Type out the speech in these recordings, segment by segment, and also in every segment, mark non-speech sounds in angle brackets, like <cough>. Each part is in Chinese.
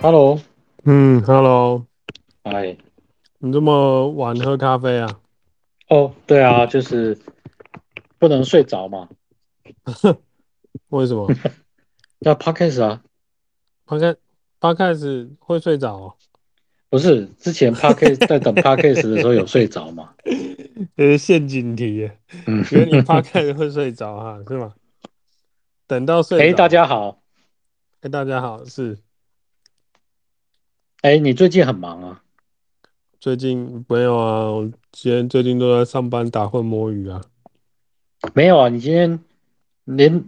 Hello，嗯，Hello，哎，你这么晚喝咖啡啊？哦，对啊，就是不能睡着嘛，为什么？要 podcast 啊，八开八开始会睡着哦？不是之前 podcast 在等 podcast 的时候有睡着嘛？这是陷阱题耶， <laughs> 嗯，原来你八开始会睡着哈、是吗？等到睡着，哎，大，家好，哎，大家好，是哎，你最近很忙啊？最近没有啊？我今天最近都在上班打混摸鱼啊。没有啊，你今天连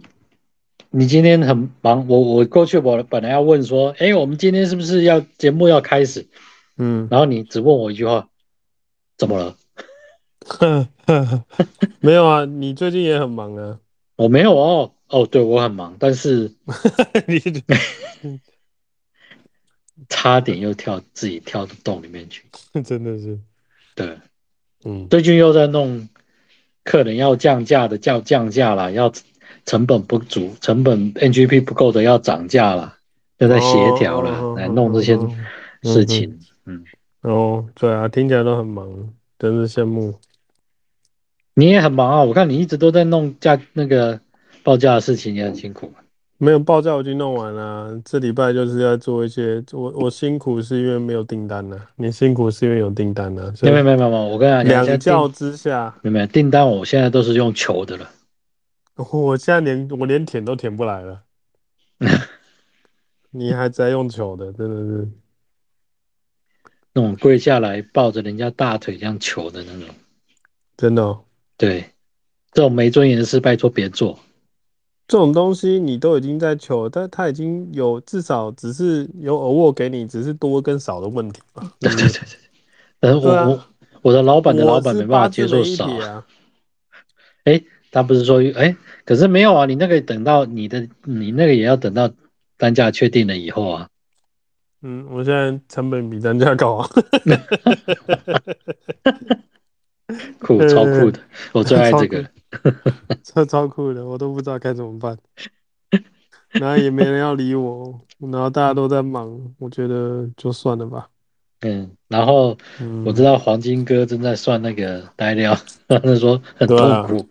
你今天很忙，我我过去我本来要问说，哎，我们今天是不是要节目要开始？嗯，然后你只问我一句话，怎么了？没有啊，你最近也很忙啊。我没有哦，哦，对我很忙，但是你差点又跳自己跳到洞里面去，真的是，对。嗯，最近又在弄，客人要降价的叫降价啦，要成本不足、成本 NGP 不够的要涨价啦，又在协调啦，哦来弄这些哦事情。嗯，哦，对啊，听起来都很忙，真是羡慕。你也很忙啊，我看你一直都在弄价那个报价的事情，也很辛苦。没有报价我已经弄完了，啊这礼拜就是要做一些，我我辛苦是因为没有订单呢、你辛苦是因为有订单呢、所没以有没有没有，没有我跟你讲，两现在教订之下，没有没有订单，我现在都是用求的了。我现在连我连舔都舔不 <laughs> 来了。你还在用球的，真的是，那种跪下来抱着人家大腿这样求的那种，真的哦、对，这种没尊严的事，拜托别做。这种东西你都已经在求，但他已经有至少只是有偶尔给你，只是多跟少的问题嘛。 <laughs> 对对对对，但是我、对啊我我的老板的老我板没是办法八接字受没一少，撇啊，他不是说哎，可是没有啊，你那个等到你的你那个也要等到单价确定了以后啊，嗯，我现在成本比单价高啊。酷嗯超酷的，我最爱超这个酷，超超酷的，我都不知道该怎么办，然后也没人要理我，然后大家都在忙，我觉得就算了吧。嗯，然后嗯，我知道黄金哥正在算那个呆料， <laughs> 他说很对痛啊苦，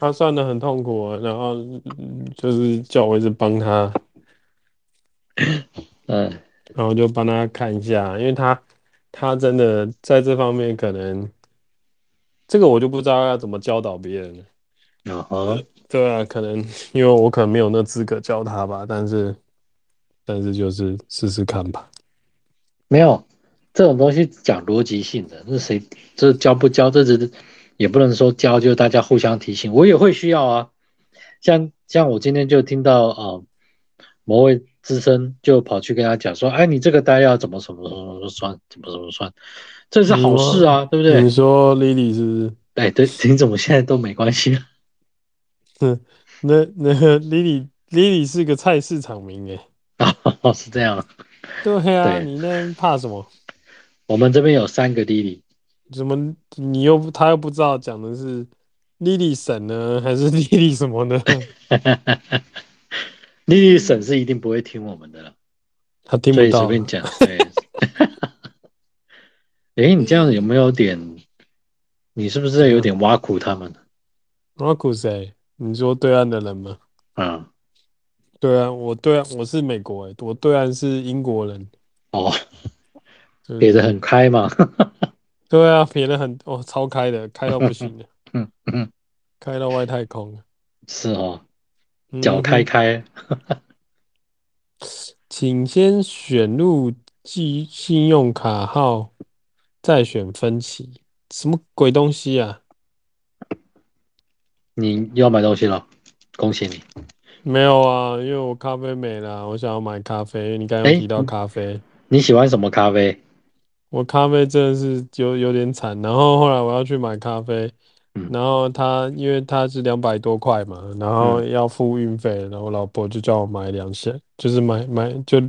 他算的很痛苦啊，然后嗯就是叫我一直帮他，嗯，然后就帮他看一下，因为他他真的在这方面可能这个我就不知道要怎么教导别人了。然后对啊，可能因为我可能没有那资格教他吧，但是但是就是试试看吧。没有这种东西讲逻辑性的，那谁这教不教，这只是也不能说教，就是大家互相提醒，我也会需要啊。像像我今天就听到啊、呃某位资深就跑去跟他讲说，哎，你这个单要怎么怎么怎么算，怎么怎么算，这是好事啊，对不你对？说 Lily 是不是？哎，对，你怎么现在都没关系？嗯， <laughs> 那那个 Lily Lily 是个菜市场名诶。哦，是这样，对啊，对你那怕什么？我们这边有三个弟弟， <laughs> 怎么你又不他又不知道讲的是 Lily 省呢，还是 <laughs> Lily 什么呢？弟弟婶是一定不会听我们的了。他听所不以随到。便讲，对。 <laughs> 哎，你这样有没有点？你是不是有点挖苦他们我苦谁？欸你说对岸的人吗？啊？对啊，我对岸我是美国诶，欸我对岸是英国人。哦，就给是的很开嘛。 <laughs> 对啊，撇的很哦，超开的，开到不行了， <laughs> 嗯嗯，开到外太空了。是哦，嗯脚开开。请先选入记信用卡号，再选分期。什么鬼东西啊？你要买东西了，恭喜你。没有啊，因为我咖啡没了，啊我想要买咖啡。你刚刚有哎提到嗯咖啡，你喜欢什么咖啡？我咖啡真的是有有点惨。然后后来我要去买咖啡，嗯然后他因为他是两百多块嘛，然后嗯要付运费，然后我老婆就叫我买两箱，就是买买就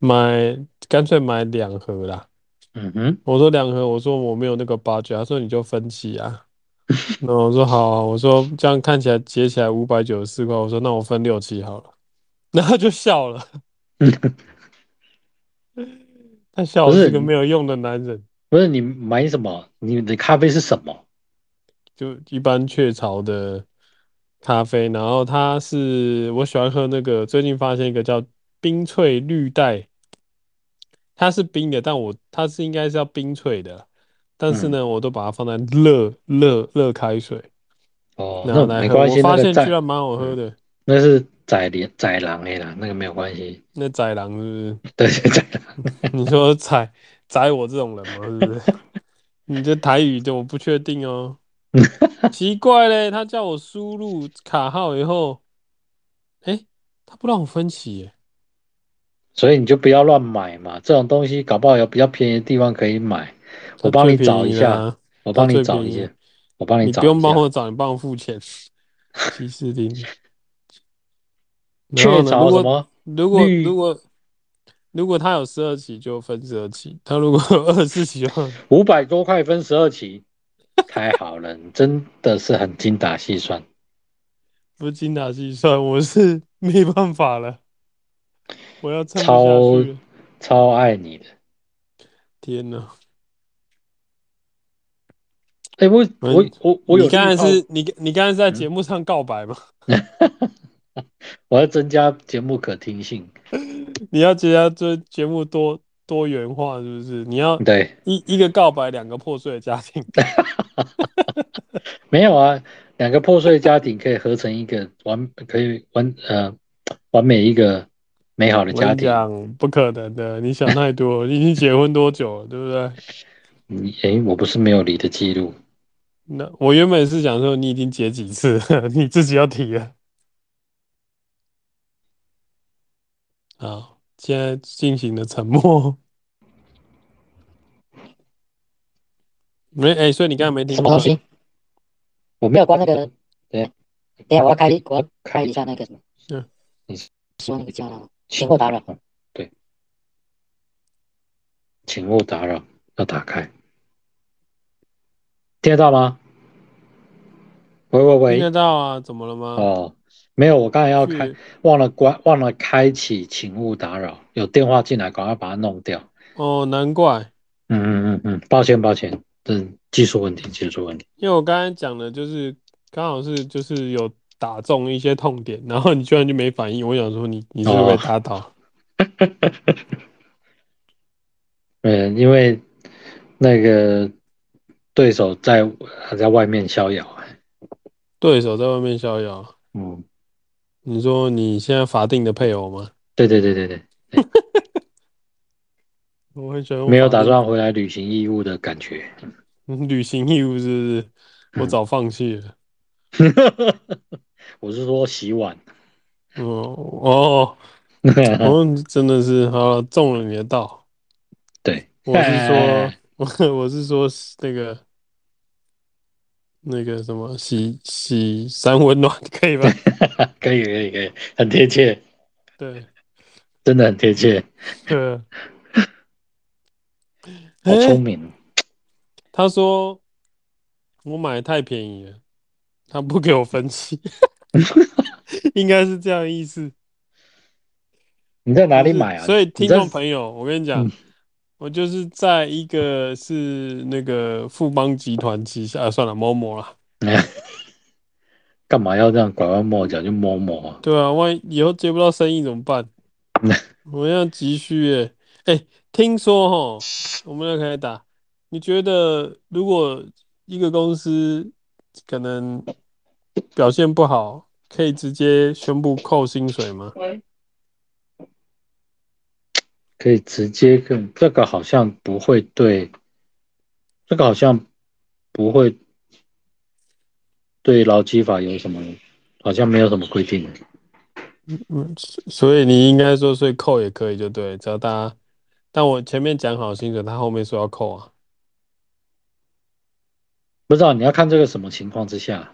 买，干脆买两盒啦。嗯哼，我说两盒，我说我没有那个 budget，他说你就分期啊。那我说好啊，我说这样看起来结起来五百 <laughs> <laughs> 九十四块，我说那我分六期好了，然后就笑了。但小不是是个没有用的男人，不是你买什么？你的咖啡是什么？就一般雀巢的咖啡，然后它是我喜欢喝那个，最近发现一个叫冰萃绿带，它是冰的，但我它是应该是要冰萃的，但是嗯呢，我都把它放在热热热开水，哦，然那后来没喝，关我系，发那个现居在嗯然蛮好喝的，那是宰连宰狼的啦，那个没有关系。 <laughs> 那宰狼是不是？对对宰狼， <laughs> 你说宰宰我这种人吗？是不是？ <laughs> 你这台语的我不确定 <laughs> 哦。奇怪嘞，他叫我输入卡号以后，哎，他不让我分歧耶。所以你就不要乱买嘛，这种东西搞不好有比较便宜的地方可以买。我帮你找一下，我帮你找一啊它最便宜下，我帮你找不用一帮下。我找，你帮我付钱。歧视 <laughs> 你。然后雀呢巢如什果么？如果绿如果如果他有十二期就分十二期，他如果有二十期就五百多块分十二期，太好了，你真的是很精打细算。不精打细算，我是 <laughs> 没办法了，我要 <laughs> 撑超不下去了。超爱你的。天哪！哎、我嗯我我我有你刚才遇到是你你刚才是在嗯节目上告白吗？我要增加节目可听性。你要觉得这节目多多元化是不是？你要对，一一个告白，两个破碎的家庭，没有啊，两个破碎的家庭可以合成一个完，可以完呃完美一个美好的我跟家你庭。讲不可能的，你想太多了，你已经结婚多久了，对不对？你哎、我不是没有你的记录，那我原本是想说你已经结几次了， <laughs> 你自己要提了。好，现在进行了沉默。没哎、所以你刚才没听什么东到，西？我没没有有关关那那个个。，等一下我要开，我要开一下那个什么，嗯，你希望那个叫请勿打扰。请勿打扰，要打开。听得到吗？喂喂听得喂，到啊？怎么了吗？哦，没有，我刚才要开是，忘了关，忘了开启，请勿打扰。有电话进来，赶快把它弄掉。哦，难怪。嗯嗯嗯嗯，抱歉抱歉，这技术问题，技术问题。因为我刚才讲的就是刚好是就是有打中一些痛点，然后你居然就没反应，我想说你你是不是被打倒？嗯，因为那个对手在还在外面逍遥。对手在外面逍遥，嗯，你说你现在法定的配偶吗？对对对对对，我很喜欢用没有法打定算回来履行义务的感觉。 <laughs> 嗯履行义务，是不是？嗯我早放弃了。我是说洗碗。嗯哦，嗯我真的是好了，中了你的道。 <laughs> 对，我是说，哎我 <laughs> 我是说那个那个什么洗洗三温暖可 <laughs> 以吧？ <laughs> 可以可以可以，很贴切，对。真的很贴切， <laughs> 对，好哎聪明。他说我买太便宜了，他不给我 <laughs> 分期， <laughs> 应该是这样的意思。你在哪里就是买啊？所以听众友，朋友，我跟你讲嗯，我就是在一个是那个富邦集团旗下，啊、算了，某某啦。干嘛要这样拐弯抹角就摸摸啊？对啊，万一以后接不到生意怎么办？我要急需耶、哎、听说哈，我们要开始打。你觉得如果一个公司可能表现不好，可以直接宣布扣薪水吗？可以直接跟这个好像不会对，这个好像不会对劳基法有什么，好像没有什么规定。嗯，所所以你应该说，所以扣也可以，就对，只要大家。但我前面讲好薪水，他后面说要扣啊。不知道你要看这个什么情况之下，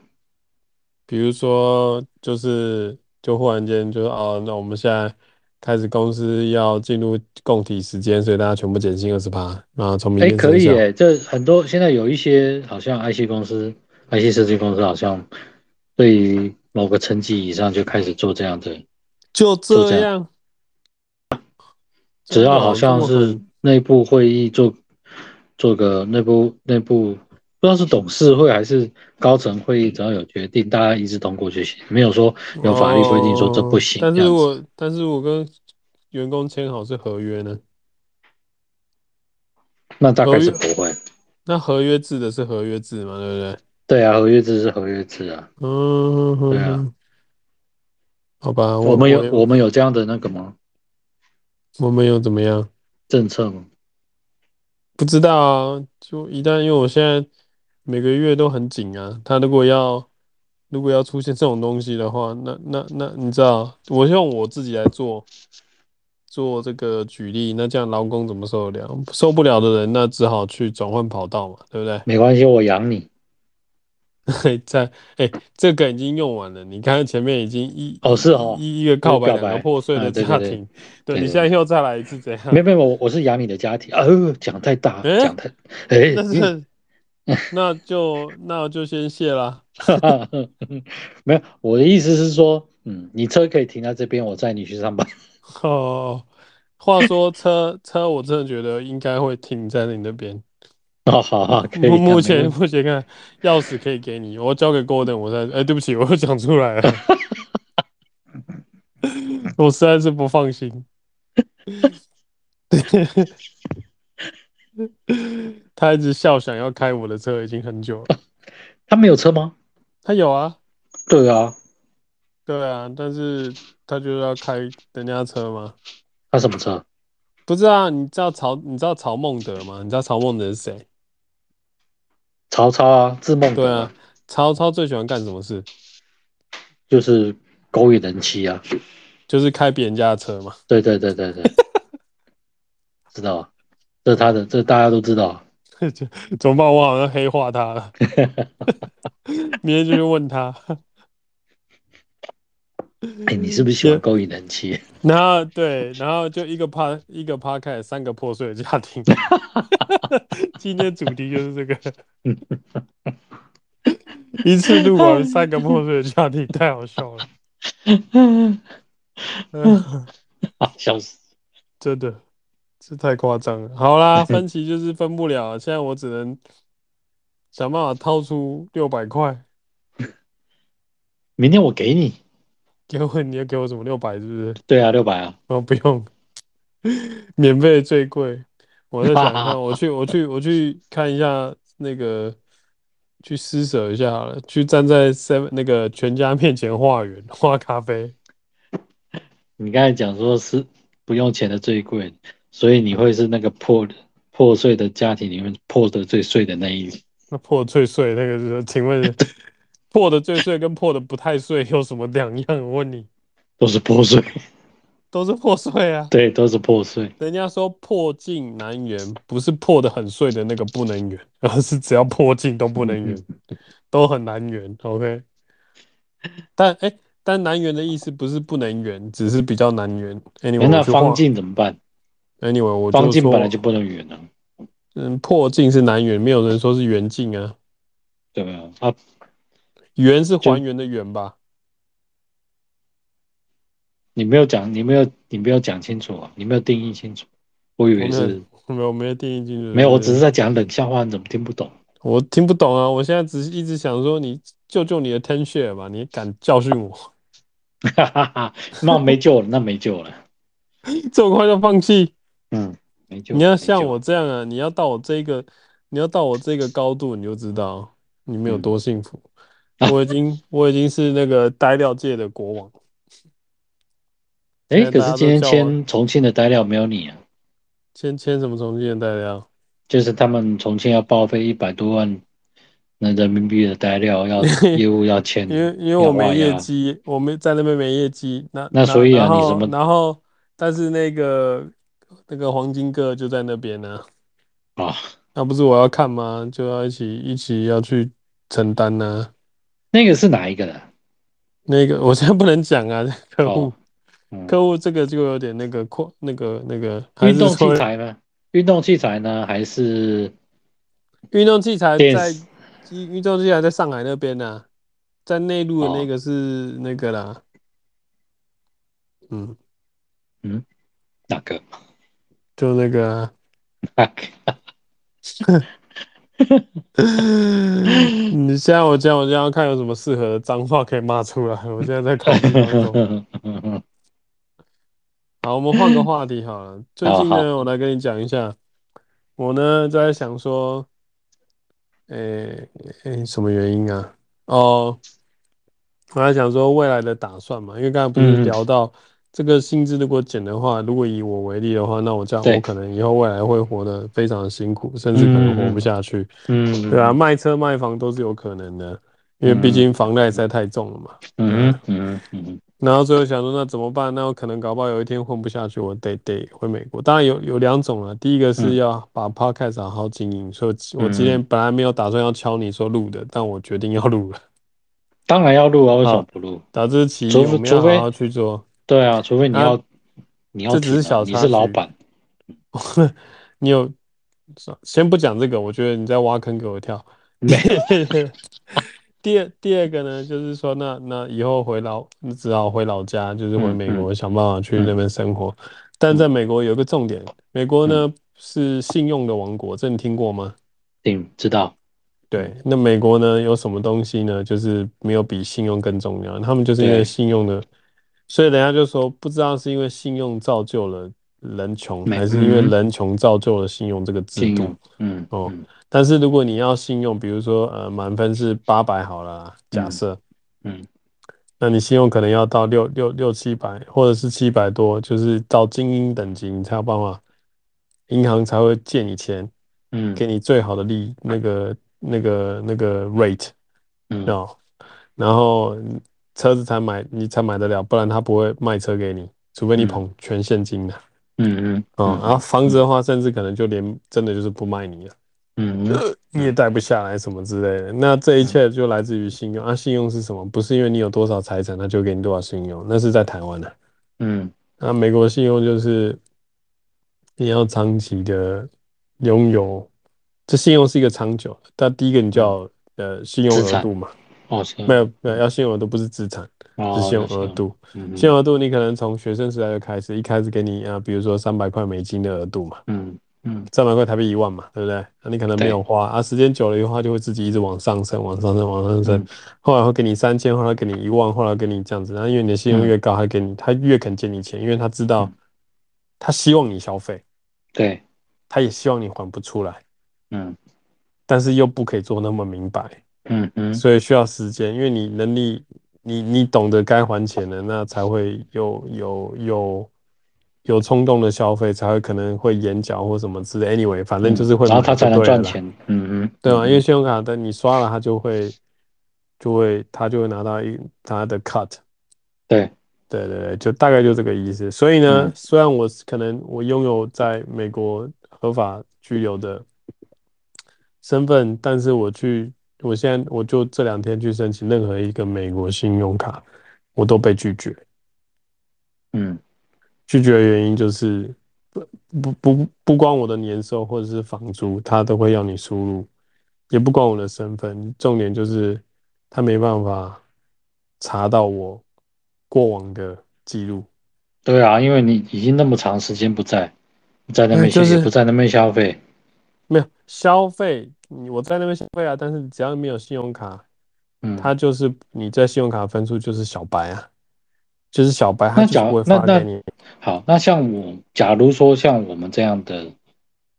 比如说，就是就忽然间就是哦，那我们现在开始公司要进入供体时间，所以大家全部减薪二十趴，然后从明哎，天可生以效。哎，这很多现在有一些好像 IC 公司、IC 设计公司好像对于某个层级以上就开始做这啊样的，就就这这样，只真的要哦好像这么是狠内部会议做做个内部内部不知道是董事会还是高层会议，只要有决定，大家一致通过就行，没有说有法律规定说这不行。哦但这是样子我但是我跟员工签好是合约呢，那大概是合不会。那合约制的是合约制嘛，对不对？对啊，合约制是合约制啊。嗯，对啊。好吧，我们有我我们有这样的那个吗？我们有怎么样？政策吗？不知道啊，就一旦因为我现在每个月都很紧啊，他如果要如果要出现这种东西的话，那那那你知道，我用我自己来做做这个举例，那这样劳工怎么受得了？受不了的人，那只好去转换跑道嘛，对不对？ <laughs> 没关系，我养你。嘿在哎、这个已经用完了。你看前面已经一哦是哦一一个告白，告白两个破碎的嗯对对家对庭，对对对你现在又再来一次这样？没有没有，我我是养你的家庭。呃，讲太大，诶讲太，哎， <laughs> 但嗯嗯是那就那就先谢啦。哈哈呵呵 <laughs> 没有，我的意思是说，嗯，你车可以停在这边，我载你去上班。 <laughs> 哦，话说车车，我真的觉得应该会停在你那边。哦，好好， <laughs> 可以。目目那没前问题目前看钥匙可以给你，我交给 Golden，我才哎，对不起，我又讲出来了， <laughs> 我实在是不放心。他一直笑，想要开我的车已经很久了。他没有车吗？他有啊，对啊，对啊，但是他就是要开人家车嘛。他什么车？不是啊，你知道曹你知道曹孟德吗？你知道曹孟德是谁？曹操啊，字梦 <laughs> 对德啊，，曹操最喜欢干什么事？就是勾引人妻啊。就是开别人家的车嘛。 <laughs> 对对对对对，知道啊，这是他的，这大家都知道啊。怎么办？我好像黑化他了。 <laughs> 明天就去问他。 <laughs> 哎，你是不是嗯喜欢勾引人妻？ <laughs> 然后对，然后就一个趴一个趴开三个破碎的家庭。 <laughs> 今天主题就是这个， <laughs> 一次录完三个破碎的家庭，太好笑了。 <laughs> 嗯啊，笑死！真的，这太夸张了。好啦，分歧就是分不了，啊现在我只能想办法掏出六百块。明天我给你。给我，你要给我什么六百是不是？对啊，六百啊，哦，不用，免费最贵。我在想一下，我去，我去，我去看一下那个，去施舍一下好了，去站在 seven 那个全家面前化缘化咖啡。你刚才讲说是不用钱的最贵，所以你会是那个破的破碎的家庭里面破的最碎的那一那破最碎那个是，请问破的最碎跟破的不太碎有什么两样？我问你，都是破碎， <laughs> 都是破碎啊。对，都是破碎。人家说破镜难圆，不是破的很碎的那个不能圆，而是只要破镜都 <laughs> 不能圆，都很难圆。OK，但哎、但难圆的意思不是不能圆，只是比较难圆。哎 Anyway，那我去画方镜怎么办？ ，Anyway，我方镜说本来就不能圆啊，嗯，破镜是难圆，没有人说是圆镜啊，对没有？啊，圆是就还原的圆吧？你没有讲，你没有，你没有讲清楚啊，你没有定义清楚。我以为我没是有没有，我没有定义清楚。没有，我只是是在讲冷笑话，你怎么听不懂？ <laughs> 我听不懂啊，我现在只是一直想说，你救救你的 Ten Share 吧，你敢教训我？ <laughs> 哈哈哈，那没救了，那没救了。这么快就放弃？嗯，没救。你要没像救我这样啊，你要到我这个，你要到我这个高度，你就知道你们有嗯多幸福。我已经，我已经是那个呆料界的国王。哎，现在可大是家都今天叫签重庆的呆料没有你啊，签签什么重庆的呆料？就是他们重庆要报废一百多万那人民币的呆料， <laughs> 要业务要签，因为因为我嗯要挖没业呀绩，我没在那边没业绩。那那所以啊然你后什么然后，但是那个那个黄金哥就在那边呢、啊。那不是我要看吗？就要一起一起要去承担呢、那个是哪一个的？那个我现在不能讲啊， <laughs> 客户。哦，嗯，客户这个就有点那个扩那个那个，还运是动器说材吗？运动器材呢？还是运动器材电在视运动器材在上海那边呢、在内陆的哦那个是那个啦，嗯，哪个？就那个啊、 <laughs> 你现在我这样我这样看有什么适合的脏话可以骂出来？我现在在考虑当中。好，我们换个话题好了。最近好呢，我来跟你讲一下，我呢就在想说，诶、诶、什么原因啊？哦，我在想说未来的打算嘛，因为刚才不是嗯聊到这个薪资如果减的话，如果以我为例的话，那我这样对我可能以后未来会活得非常辛苦，甚至可能活不下去。 <laughs> 嗯，对啊，，卖车卖房都是有可能的，因为毕竟房贷实在太重了嘛。嗯嗯嗯然后最后想说，那怎么办？那我可能搞不好有一天混不下去，我得得回美国。当然有有两种了，第一个是嗯要把 podcast 好好经营，所以我嗯今天本来没有打算要敲你说录的，但我决定要录了。 <laughs> 当然要录啊，为什么好不录？打这其一，除非我们要除非好好去做。对啊，除非你要啊你要这只是停啊小你插是老曲板，你有，先不讲这个，我觉得你在挖坑给我跳。 <laughs> 没第二第二个呢，就是说那，那以后回老，你只好回老家，就是回嗯美嗯国，想办法去那边生活。但在美国有一个重点，美国嗯呢是信用的王国，这你听过吗？你嗯知道？对，嗯那美国呢有什么东西呢？就是没有比信用更重要，他们就是因为对信用的，所以人家就说，不知道是因为信用造就了人穷，美还是因为嗯人穷造就了信用这个制信度。用，嗯哦嗯但是如果你要信用，比如说呃满分是八百好了啦，假设，嗯，那你信用可能要到六六六七百，或者是七百多，就是到精英等级，你才有办法，银行才会借你钱，嗯给你最好的利那个那个那个 rate 嗯哦，然后车子才买你才买得了，不然他不会卖车给你，除非你嗯捧全现金的嗯嗯哦，然嗯后房子的话，甚至可能就连真的就是不卖你了。嗯嗯你也贷不下来什么之类的。那这一切就来自于信用啊，信用是什么？不是因为你有多少财产，他就给你多少信用，那是在台湾的、啊。嗯那美国信用就是你要长期的拥有，这信用是一个长久的。但第一个你就要、呃信用嗯资额产度嘛，哦，行没有没有要信用额度不是资产，哦，是信用那行额，度。嗯信用额度你可能从学生时代就开始，一开始给你啊、呃比如说三百块美金的额度嘛。嗯嗯三百块台币一万嘛，对不对？那你可能没有花啊，时间久了以后，它就会自己一直往上升，往上升，往上升。嗯后来会给你三千，后来给你一万，后来给你这样子。然后因为你的信用越高，他给你他越肯借你钱，因为他知道嗯他希望你消费，对，他也希望你还不出来，嗯但是又不可以做那么明白，嗯嗯所以需要时间，因为你能力，你你懂得该还钱了，那才会有有有。有冲动的消费才会可能会延缴或什么之类，anyway，反正就是会嗯然后买他就才能对了赚啦钱，嗯嗯，对啊，因为为信用卡的你刷了，它就会就会它就会拿到一它的 cut，对，对对对，就大概就这个意思。所以呢嗯，虽然我是可能我拥有在美国合法居留的身份，但是我去我现在我就这两天去申请任何一个美国信用卡，我都被拒绝。嗯拒绝的原因就是不不不不光我的年收或者是房租，他都会要你输入，也不管我的身份，重点就是他没办法查到我过往的记录。对啊，因为你已经那么长时间不在，不在那嗯边就学习，是不在那边消费，没有消费，你我在那边消费啊，但是只要没有信用卡，嗯，他就是你在信用卡分数就是小白啊，就是小白，那他就是假不会那发那给你。好，那像我，假如说像我们这样的，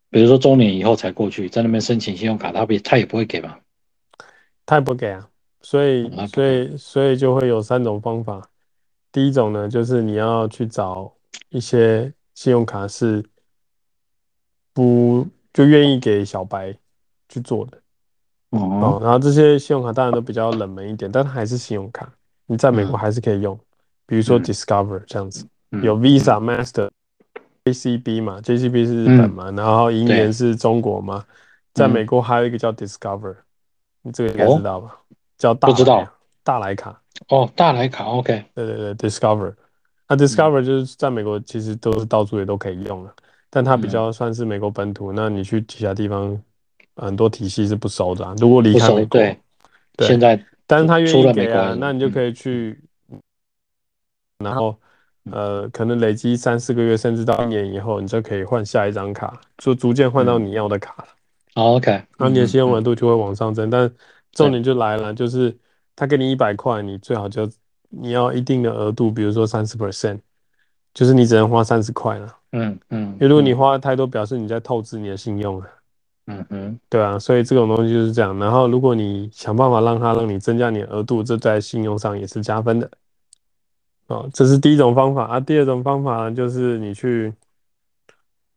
比如说中年以后才过去，在那边申请信用卡，他不他也不会给吧？他也不给啊，所以嗯他不所以所以就会有三种方法。第一种呢，就是你要去找一些信用卡是不就愿意给小白去做的哦哦，然后这些信用卡当然都比较冷门一点，但它还是信用卡，你在美嗯国还是可以用，比如说嗯 Discover 这样子，嗯有 Visa、Master、JCB 嘛，JCB 是日本嘛，然后银嗯对联是中国嘛，在嗯哦美国还有一个叫 Discover，你这个应该知道吧？叫大不知来啊道大来卡，哦，大来卡，OK，对对对，Discover，那嗯 Discover 就是在美国其实都是到处也都可以用了，但嗯它比较算是美国本土，那你去其他地方很多体系是不收的啊，如果离不开美熟，国，对，对现在但是他愿除意了美给国嗯啊，人那你就嗯可以去，然后呃，可能累积三四个月，甚至到一年以后，你就可以换下一张卡，就逐渐换到嗯你要的卡了。好哦 OK，嗯然后你的信用额度就会往上增。但重点就来了，就是他给你一百块，你最好就你要一定的额度，比如说三十 percent，就是你只能花三十块了。嗯嗯因，为如果你花太多，表示你在透支你的信用了，嗯哼，对啊，所以这种东西就是这样。然后如果你想办法让它让你增加你的额度，这在信用上也是加分的。哦，这是第一种方法啊。第二种方法呢，就是你去，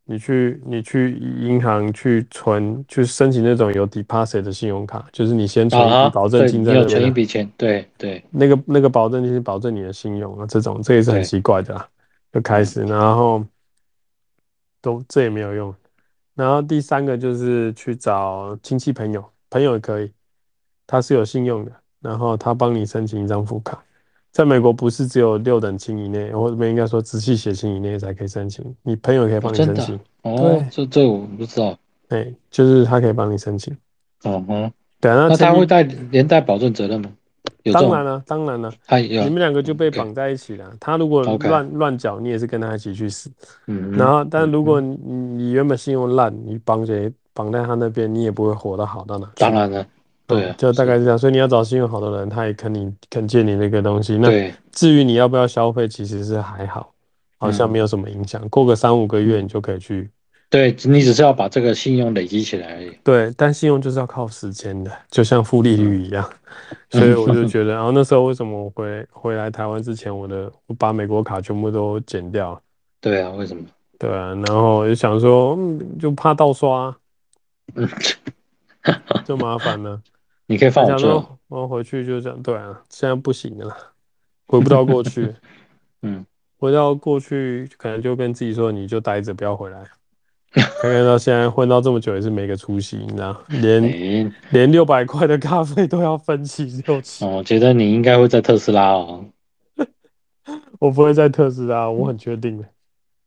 你去，你去银行去存，去申请那种有 deposit 的信用卡，就是你先存一啊笔哈，保证对，金你在那有存一边啊。笔钱，对对，那个那个保证金是保证你的信用啊，这种这也是很对嗯奇怪的啊。就开始，然后都这也没有用。然后第三个就是去找亲戚朋友，朋友也可以，他是有信用的，然后他帮你申请一张副卡。在美国不是只有六等亲以内，或者应该说直系血亲以内才可以申请，你朋友也可以帮哦，你真申的请啊，，哦，这这我不知道，哎，就是他可以帮你申请。哦哼，对啊，那亲他戚会带连带保证责任吗？有这当种然，了，当然了，啊他也有你们两个就被对绑在一起了。他如果 OK 乱乱搅，你也是跟他一起去死。嗯，然后，但如嗯果你你原本信用烂，你绑在绑在他那边，你也不会活得好到哪去。当然了，对嗯啊，就大是概是这样。所以你要找信用好的人，他也肯你肯借你那个东西。那对，至于你要不要消费，其实是还好，好像嗯没有什么影响。过个三五个月，你就可以去。对你只是要把这个信用累积起来而已。对，但信用就是要靠时间的，就像负利率一样。嗯所以我就觉得，然后那时候为什么我回回来台湾之前，我的我把美国卡全部都剪掉了，对啊，为什么？对啊，然后我就想说，嗯，就怕盗刷啊，嗯，就麻烦了。你 <laughs> 可以放我想做，说，我回去就这样，对啊，现在不行了啦，回不到过去， <laughs> 嗯，回到过去可能就跟自己说，你就待着，不要回来。看看到现在混到这么久，也是没个出息，你知道，连哎，连六百块的咖啡都要分期六期。我觉得你应该会在特斯拉哦。我不会在特斯拉，我很确定的。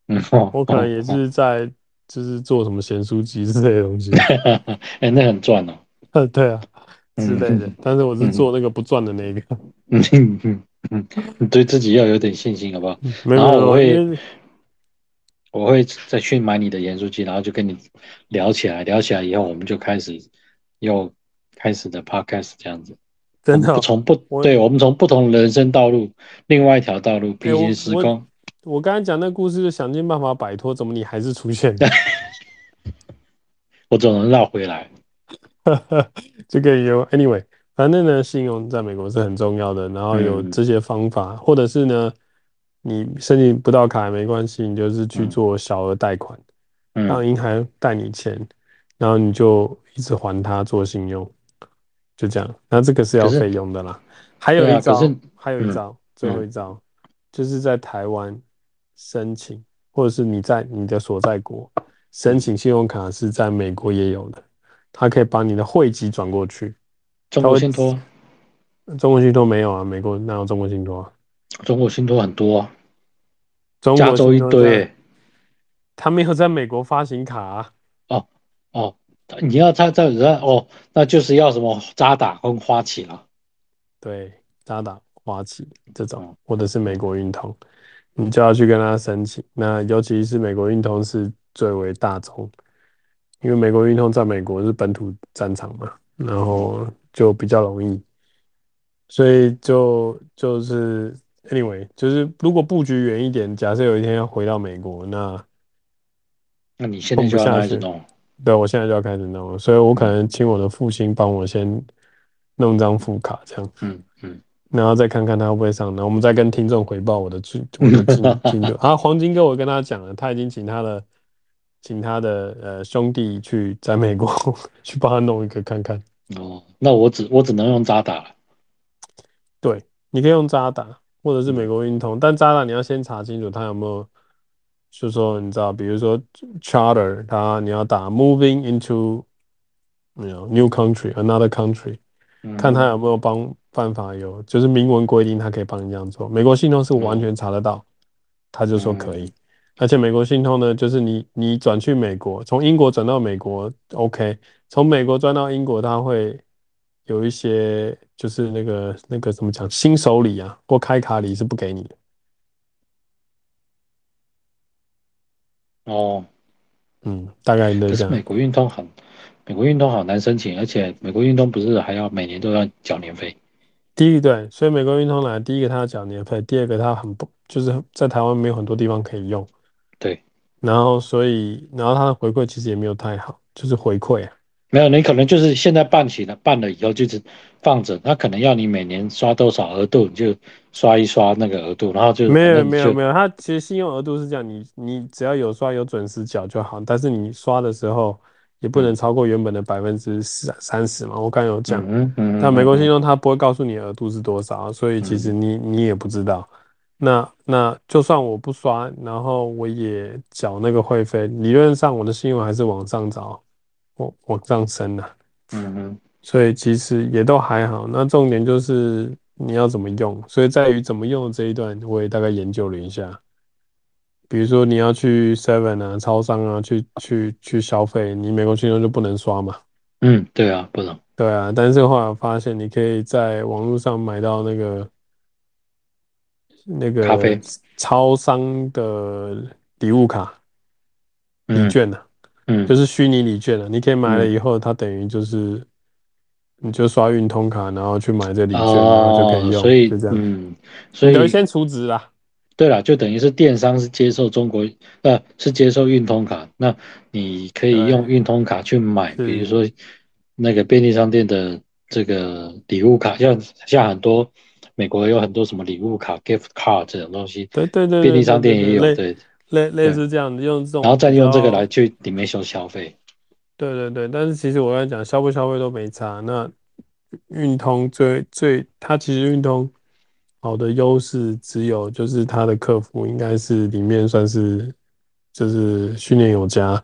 嗯，哦我可能也，是在就是做什么咸酥鸡之类的东西， <laughs> 哎，那很赚哦。呃，对啊之类的嗯。但是我是做那个不赚的那个，嗯嗯嗯，你对自己要有点信心，好不好？ <laughs> 没有然没后有，我会因为我会再去买你的盐酥鸡，然后就跟你聊起来，聊起来以后，我们就开始又开始的 podcast 这样子。真的哦，从不我对，我们从不同的人生道路，另外一条道路平行时我空。我刚才讲那故事就想尽办法摆脱，怎么你还是出 <laughs> 现，我总能绕回来。这个有 anyway，反正呢，信用在美国是很重要的，然后有嗯这些方法，或者是呢，你申请不到卡也没关系，你就是去嗯做小额贷款。嗯让银行贷你钱，然后你就一直还他做信用，就这样。那这个是要可是费用的啦。还有对啊一招，可是嗯还有一招，最后一招、就是在台湾申请，或者是你在你的所在国申请信用卡，是在美国也有的，它可以把你的汇集转过去。中国信托，中国信托没有啊，美国哪有中国信托、啊？中国信托很多啊，中加国州信一托堆在，欸。它没有在美国发行卡、啊。哦，你要他在人哦，那就是要什么渣打跟花旗了。对，渣打、花旗这种嗯，或者是美国运通，你就要去跟他申请。那尤其是美国运通是最为大宗，因为美国运通在美国是本土战场嘛，然后就比较容易，所以就就是 anyway，就是如果布局远一点，假设有一天要回到美国，那那你现在就要混不下开始去弄，对我现在就要开始弄了，所以我可能请我的父亲帮我先弄张副卡这样。嗯嗯，然后再看看他会不会上，然后我们再跟听众回报我的进我的进进度。啊，黄金哥，我跟他讲了，他已经请他的请他的呃兄弟去在美国 <laughs> 去帮他弄一个看看。哦，那我只我只能用渣打了。对，你可以用渣打或者是美国运通，但渣打你要先查清楚他有没有，就说你知道，比如说 charter，他你要打 moving into you know, new country another country，嗯看他有没有帮办法有，就是明文规定他可以帮你这样做。美国信通嗯是完全查得到，他就说可以。而且美国信通呢，就是你你转去美国，从英国转到美国，OK，从美国转到英国，他会有一些就是那个那个怎么讲，新手礼啊或开卡礼是不给你的。哦，嗯，大概类可似这是样。美国运通很，美国运通好难申请，而且美国运通不是还要每年都要缴年费？第一对，所以美国运通来，第一个它要缴年费，第二个它很不，就是在台湾没有很多地方可以用，对，然后所以然后它的回馈其实也没有太好，就是回馈啊，没有，你可能就是现在办起了，办了以后就是放着，他可能要你每年刷多少额度，你就刷一刷那个额度，然后就没有没有没有，有，它其实信用额度是这样，你你只要有刷有准时缴就好，但是你刷的时候也不能超过原本的百分之三三十嘛，我刚有讲，嗯嗯，嗯但美没国关信系，用它不会告诉你额度是多少，所以其实你你也不知道。那那就算我不刷，然后我也缴那个会费，理论上我的信用还是往上涨，我往上升的、嗯嗯，所以其实也都还好。那重点就是你要怎么用，所以在于怎么用的这一段，我也大概研究了一下。比如说你要去 Seven 啊、超商啊去去去消费，你美国信用就不能刷嘛。嗯，对啊，不能，对啊，但是后来发现，你可以在网络上买到那个那咖个啡超商的礼物卡礼嗯券呢、嗯就，是虚拟礼券啊，你可以买了嗯以后，它等于就是你就刷运通卡，然后去买这礼券，然后就可以哦，用，所以就这样，嗯，所以等于先储值啦。对了，就等于是电商是接受中国，呃，是接受运通卡，那你可以用对运通卡去买，是比如说那个便利商店的这个礼物卡，像像很多美国有很多什么礼物卡、gift card 这种东西，对对对便利对商对店也对哦有，类对，类类对似这样的，用这种然后再比用这个较来去里面收消费，对对对，但是其实我刚才讲消不消费都没差。那运通最最，它其实运通好的优势只有就是它的客服应该是里面算是就是训练有加，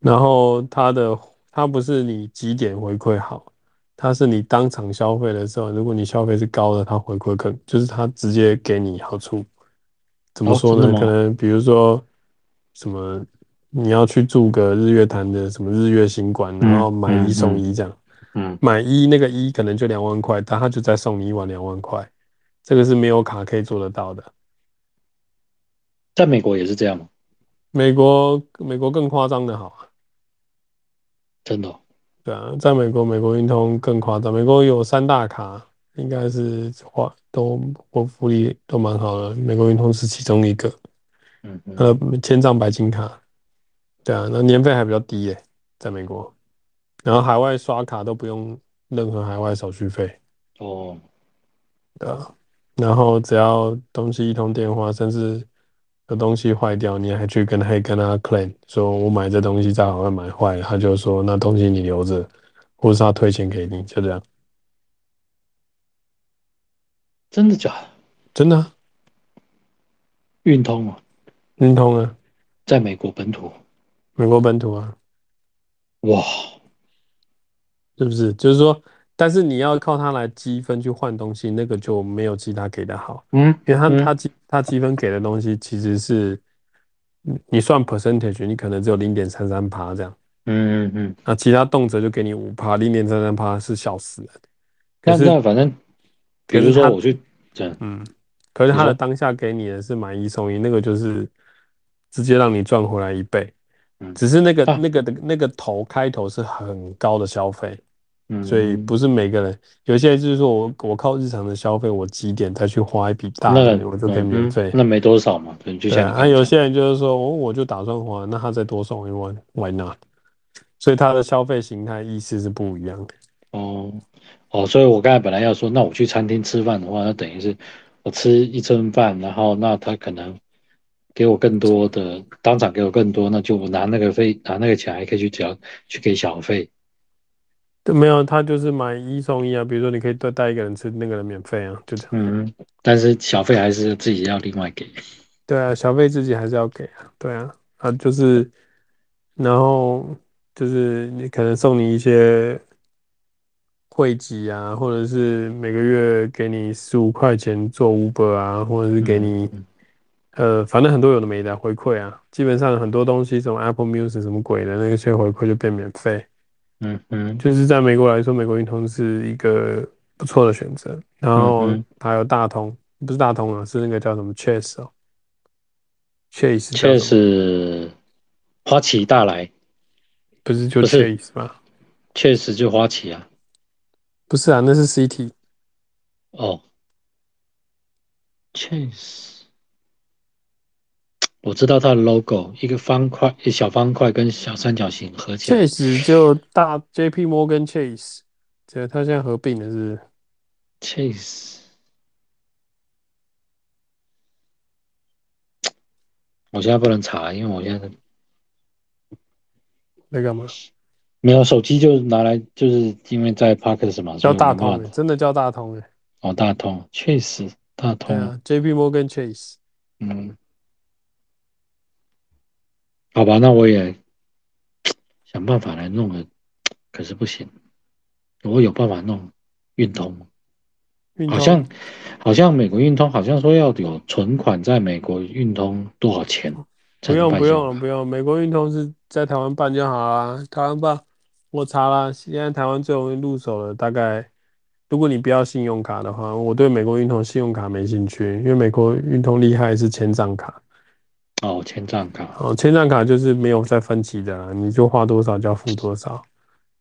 然后它的它不是你几点回馈好，它是你当场消费的时候，如果你消费是高的，它回馈更就是它直接给你好处。怎么哦说真的呢？可吗能比如说什么。你要去住个日月潭的什么日月星馆，然后买嗯一送嗯一这样，嗯，买一那个一可能就两万块，但他就再送你一碗两万块，这个是没有卡可以做得到的。在美国也是这样吗？美国美国更夸张的好啊，真的哦，对啊，在美国美国运通更夸张，美国有三大卡，应该是花都我福利都蛮好的，美国运通是其中一个，嗯嗯，呃，千丈白金卡，对啊，那年费还比较低耶、在美国，然后海外刷卡都不用任何海外手续费。哦，的，然后只要东西一通电话，甚至有东西坏掉，你还去跟他跟他 claim 说，我买这东西在海外买坏了，他就说那东西你留着，或是他退钱给你，就这样，真的假的？真的啊运通啊，运通啊，在美国本土，哦美国本土啊，哇，是不是？就是说，但是你要靠它来积分去换东西，那个就没有其他给的好。嗯，因为他嗯他积他积分给的东西其实是，你你算 percentage，你可能只有零点三三趴这样，嗯嗯嗯，那其他动辄就给你五趴，零点三三趴是笑死人。可那是那反正，比可是如说他我去，嗯嗯，可是你他的说当下给你的是买一送一，那个就是直接让你赚回来一倍，嗯只是那个啊那个的那个头开头是很高的消费，嗯，所以不是每个人，有些人就是说我我靠日常的消费，我几点再去花一笔大那的，我就可以嗯免嗯费。那没多少嘛，对，就对像啊，你啊刚有刚讲，些人就是说，哦我我就打算还，那他再多送一万，Why not？所以他的消费形态意识是不一样的。哦哦，所以我刚才本来要说，那我去餐厅吃饭的话，那等于是我吃一顿饭，然后那他可能给我更多的，当场给我更多，那就我拿那个费，拿那个钱还可以去交去给小费，对，没有，他就是买一送一啊，比如说你可以多带一个人吃，那个人免费啊，就这样。嗯，但是小费还是自己要另外给，对啊，小费自己还是要给啊，对啊，啊就是，然后就是你可能送你一些汇集啊，或者是每个月给你十五块钱做 Uber 啊，或者是给嗯你嗯呃，反正很多有的没的回馈啊，基本上很多东西，什么 Apple Music 什么鬼的那些回馈就变免费。嗯嗯就是在美国来说，美国运通是一个不错的选择。然后嗯还有大通，不是大通啊，是那个叫什么 Chase 哦，Chase 叫确什么？实，花旗大来，不是就不是 Chase 吗？确实就花旗啊。不是啊，那是 CT。哦，确实，我知道它的 logo，一个方块，一小方块跟小三角形合起来。 Chase 就大 JP Morgan Chase，这他现在合并了是不是？确实，我现在不能查，因为我现在在干嘛？没有手机，就拿来，就是因为在 Parkes 嘛，所叫以大我没办通、法欸，真的叫大通哎、欸。哦，大通，确实大对通，啊，JP Morgan Chase，嗯，好吧，那我也想办法来弄了，可是不行，我有办法弄运通，运好通像好像美国运通好像说要有存款在美国运通多少钱才能不用办不下用了，不用。美国运通是在台湾办就好啦，台湾办我查啦，现在台湾最容易入手的大概，如果你不要信用卡的话，我对美国运通信用卡没兴趣，因为美国运通厉害是千账卡，哦，千账卡，哦，千账卡就是没有再分期的啦，你就花多少就要付多少。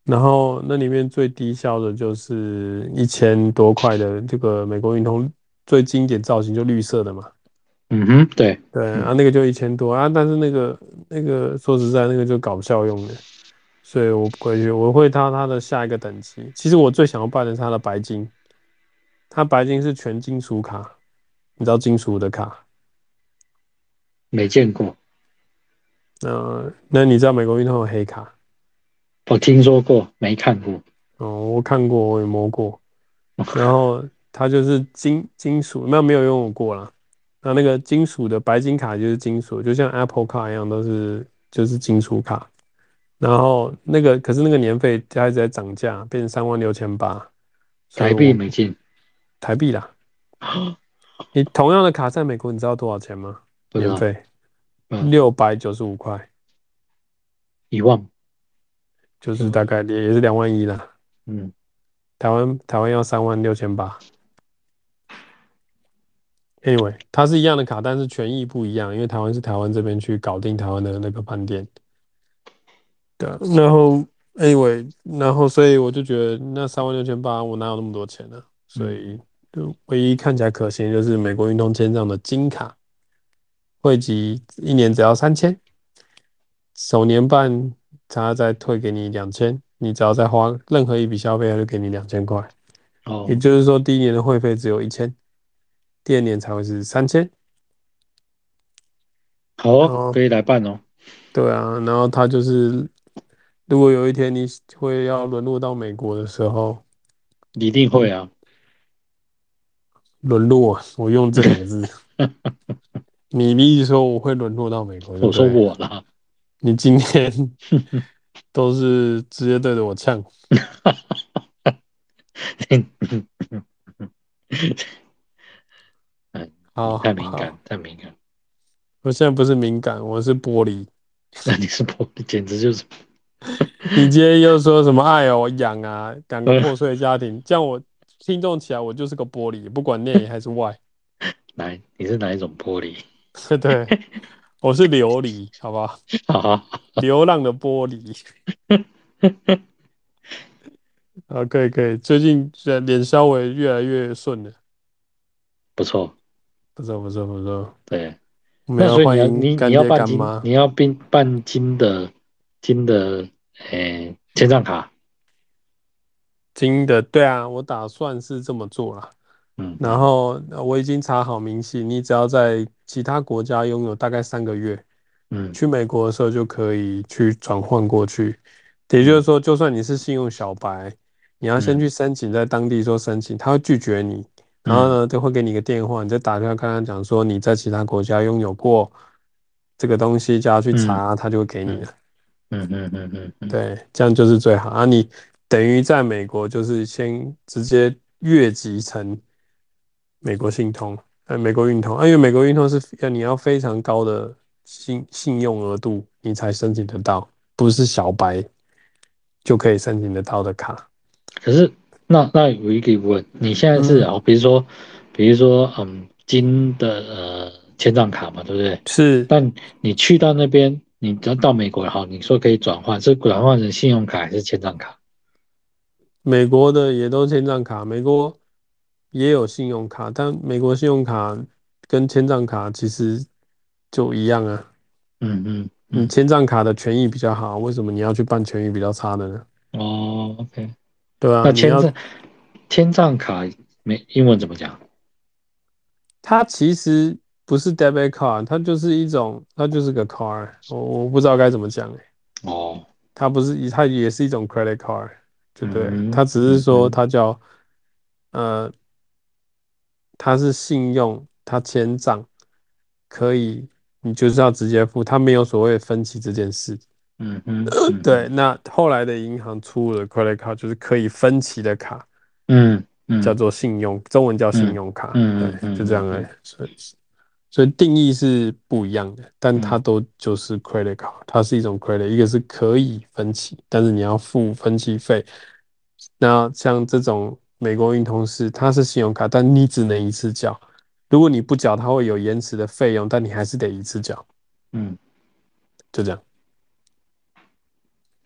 然后那里面最低效的就是一千多块的这个美国运通最经典造型就绿色的嘛，嗯哼，对，对啊，那个就一千多啊，但是那个那个说实在，那个就搞笑用的，所以我不会去，我会到它的下一个等级。其实我最想要办的是它的白金，它白金是全金属卡，你知道金属的卡，没见过，那、那你知道美国运通有黑卡？我听说过，没看过，哦，我看过，我也摸过，然后它就是金金属，那没有用过啦。那那个金属的白金卡就是金属，就像 Apple 卡一样，都是就是金属卡。然后那个可是那个年费它一直在涨价，变成三万六千八，所以台币我没进，台 <laughs> 币啦。你同样的卡在美国，你知道多少钱吗？不知年道，费嗯六百九十五块，一万，就是大概也也是两万一啦。嗯，台湾台湾要三万六千八。Anyway，它是一样的卡，但是权益不一样，因为台湾是台湾这边去搞定台湾的那个饭店。对啊，然后 anyway，然后所以我就觉得那三万六千八，我哪有那么多钱呢、所以就唯一看起来可行的就是美国运动签上的金卡，汇集一年只要三千，首年办他再退给你两千，你只要再花任何一笔消费，他就给你两千块。哦也，就是说，第一年的会费只有一千，第二年才会是三千。好哦哦，可以来办哦，对啊，然后他就是，如果有一天你会要沦落到美国的时候，一定会啊，沦落，我用这两 <laughs> 个字。你的意思说我会沦落到美国？嗯对我不说对我啦，你今天 <laughs> 都是直接对着 <laughs> 我呛。嗯好太敏好感，太敏感， <laughs> 我现在不是敏感，我是玻璃。那你是破，简直就是你今天又说什么爱哦养啊，两个破碎的家庭，这样我听众起来我就是个玻璃，不管内还是外。 <laughs> 哪一？你是哪一种玻璃？ <laughs> 对，我是琉璃，好吧，哈哈， <laughs> 流浪的 <laughs> 玻璃。啊，可以可以，最近这脸稍微越来越顺了，不错，不错不错不错。对。我们那要所以欢你要迎你干你要爹办干金妈，你要办办金的金的诶千账卡，金的，对啊，我打算是这么做啦。嗯，然后呃我已经查好明细，你只要在其他国家拥有大概三个月，嗯去美国的时候就可以去转换过去。也就是说，就算你是信用小白，你要先嗯去申请，在当地说申请，他会拒绝你。然后呢，就会给你一个电话，你再打电话跟他讲说你在其他国家拥有过这个东西，叫他去查，他就会给你了。嗯嗯嗯嗯嗯，对，这样就是最好啊！你等于在美国就是先直接越级成美国信通，呃，美国运通啊，因为美国运通是要你要非常高的信信用额度，你才申请得到，不是小白就可以申请得到的卡。可是那那有一个疑问，你现在是嗯哦，比如说比如说嗯金的呃千账卡嘛，对不对？是，但你去到那边，你只要到美国好，你说可以转换，是转换成信用卡还是千账卡？美国的也都千账卡，美国也有信用卡，但美国信用卡跟千账卡其实就一样啊。嗯嗯嗯，千账卡的权益比较好，为什么你要去办权益比较差的呢？哦，OK，对啊，那你千要账千账卡美英文怎么讲？它其实不是 debit card，它就是一种，它就是个 card，我我不知道该怎么讲欸哦，它不是一，它也是一种 credit card，对不对？嗯它只是说嗯它叫，呃，它是信用，它千账可以，你就是要直接付，它没有所谓分期这件事。嗯嗯，嗯呃对，，那后来的银行出了 credit card，就是可以分期的卡，嗯嗯，叫做信用，中文叫信用卡，嗯嗯对，嗯就这样嗯而已。所以，所以定义是不一样的，但嗯它都就是 credit card，它是一种 credit，一个是可以分期，但是你要付分期费。那像这种美国运通是，它是信用卡，但你只能一次缴。如果你不缴，它会有延迟的费用，但你还是得一次缴，嗯就这样，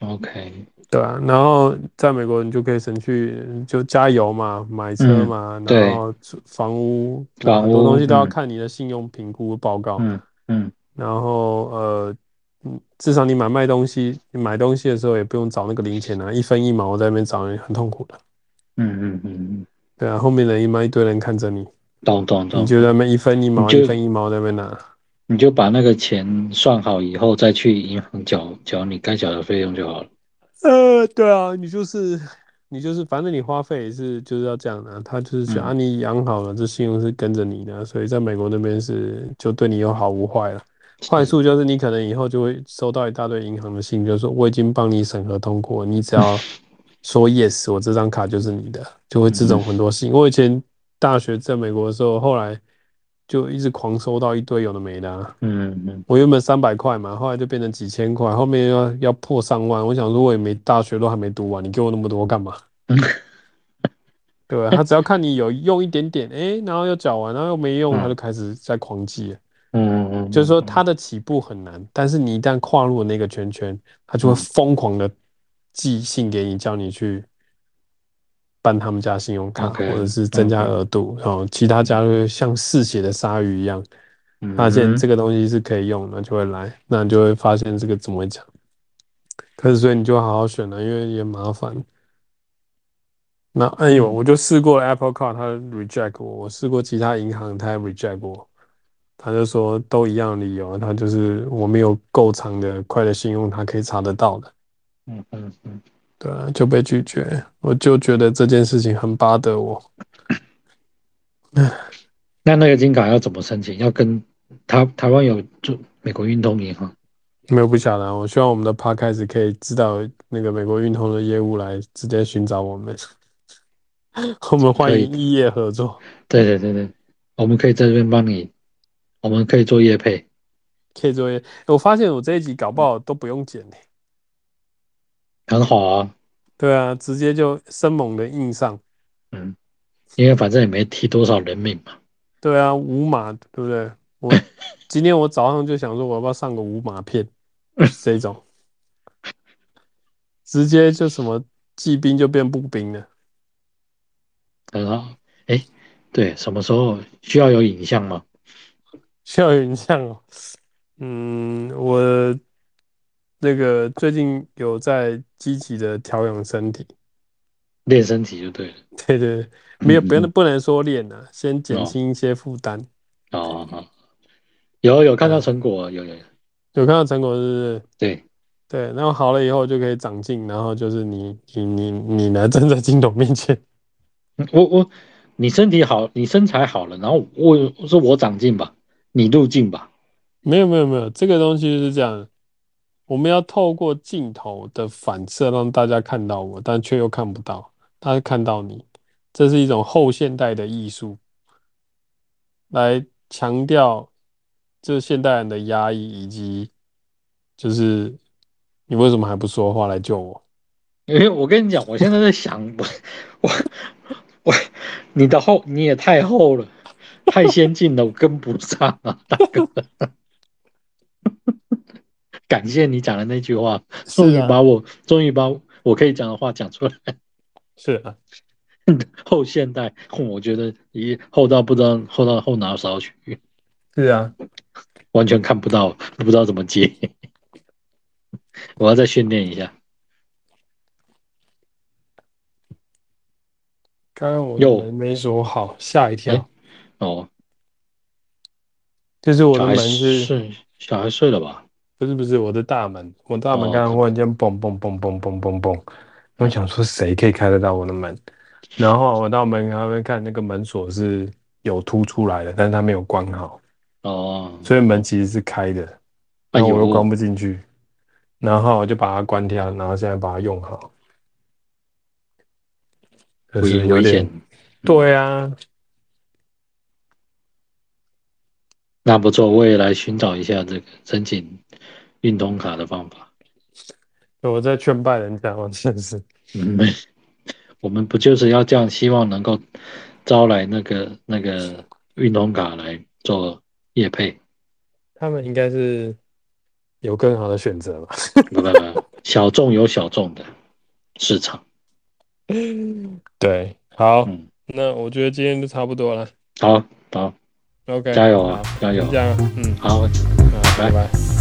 ，OK，对啊，然后在美国，你就可以省去就加油嘛，买车嗯嘛，对然后住房屋，房很多东西屋都要嗯看你的信用评估报告。嗯嗯然后呃，嗯至少你买卖东西，你买东西的时候也不用找那个零钱啊，一分一毛在那边找，很痛苦的。嗯嗯嗯嗯，对啊，后面人一妈一堆人看着你，懂懂懂，你就在那边一分一毛，嗯就一分一毛在那边拿。你就把那个钱算好以后，再去银行缴缴你该缴的费用就好了。 <laughs> 呃，对啊，你就是你就是，反正你花费也是就是要这样的啊、他就是想、嗯啊，你养好了，这信用是跟着你的啊，所以在美国那边是就对你有好无坏了。坏处就是你可能以后就会收到一大堆银行的信，就是说我已经帮你审核通过，你只要说 yes，我这张卡就是你的，就会这种很多信。我以前大学在美国的时候，后来就一直狂收到一堆有的没的啊。嗯嗯我原本三百块嘛，后来就变成几千块，后面要要破上万。我想说，我也没大学都还没读完，你给我那么多干嘛？嗯对吧？他只要看你有用一点点，诶，然后又缴完，然后又没用，嗯他就开始在狂记了。嗯嗯，就是说，他的起步很难，但是你一旦跨入了那个圈圈，他就会疯狂的寄信给你，叫你去办他们家信用卡， OK，嗯或者是增加 OK 额度。然后其他家就会像嗜血的鲨鱼一样，发发现这个个东西是可以用的，就会来，那你就会发现这个怎么讲。可是所以你就好好选了，因为也麻烦。那哎呦，我就试过了 Apple Card，它 reject 我；我试过其他银行，它也 reject 我。他就说都一样的理由，他就是我没有够长的快的信用，他可以查得到的，嗯嗯嗯对啊，就被拒绝。我就觉得这件事情很巴得我。那那个金卡要怎么申请？要跟台台湾有就美国运通银行。没有不晓得啊，我希望我们的 podcast 可以知道那个美国运通的业务来直接寻找我们， <laughs> 我们欢迎可异业合作。对对对对，我们可以在这边帮你，我们可以做业配。可以做业，我发现我这一集搞不好都不用剪呢、很好啊，对啊，直接就生猛的硬上。因为反正也没提多少人命嘛。对啊，五马，对不对？我今天我早上就想说，我要不要上个五马片，这种，直接就什么骑兵就变步兵了。很好，哎，对，什么时候需要有影像吗？校园像哦，嗯，我那个最近有在积极的调养身体，练身体就对了。对对对，没有嗯不能嗯不能说练啊，先减哦轻一些负担。哦，好有有看到成果，啊有有有，有看到成果是不是？对，对，然后好了以后就可以长进，然后就是你你你你呢站在镜头面前，我我你身体好，你身材好了，然后我我说我长进吧，你入镜吧，没有没有没有，这个东西是这样，我们要透过镜头的反射让大家看到我，但却又看不到，他看到你，这是一种后现代的艺术，来强调这现代人的压抑以及就是你为什么还不说话来救我？因为我跟你讲，我现在在想，我我我，你的厚你也太厚了，太先进了，我跟不上啊，大哥。感谢你讲的那句话，终是于啊，把我终于把我可以讲的话讲出来。是啊，后现代，我觉得一后到不知道后到后脑勺去，是啊，完全看不到，不知道怎么接。我要再训练一下。刚刚我有门没锁好，吓一跳哎。哦，就是我的小孩门是，睡，小孩睡了吧？不是不是我的大门，我大门哦刚刚忽然间嘣嘣嘣嘣嘣嘣嘣，我想说谁可以开得到我的门？然后我到门那边看，那个门锁是有凸出来的，但是它没有关好，哦，所以门其实是开的，哎然后我又呦，关不进去，然后我就把它关掉，然后现在把它用好，就危是有危点险，，对啊，那不错，我也来寻找一下这个申请运通卡的方法。我在劝败人家，我真的是，嗯， <laughs> 我们不就是要这样，希望能够招来那个那个运通卡来做业配？他们应该是有更好的选择吧。不不不，小众有小众的市场。对，好，嗯，那我觉得今天就差不多了。好好， OK，加油啊好，加油就这！样，嗯，好，好，拜拜。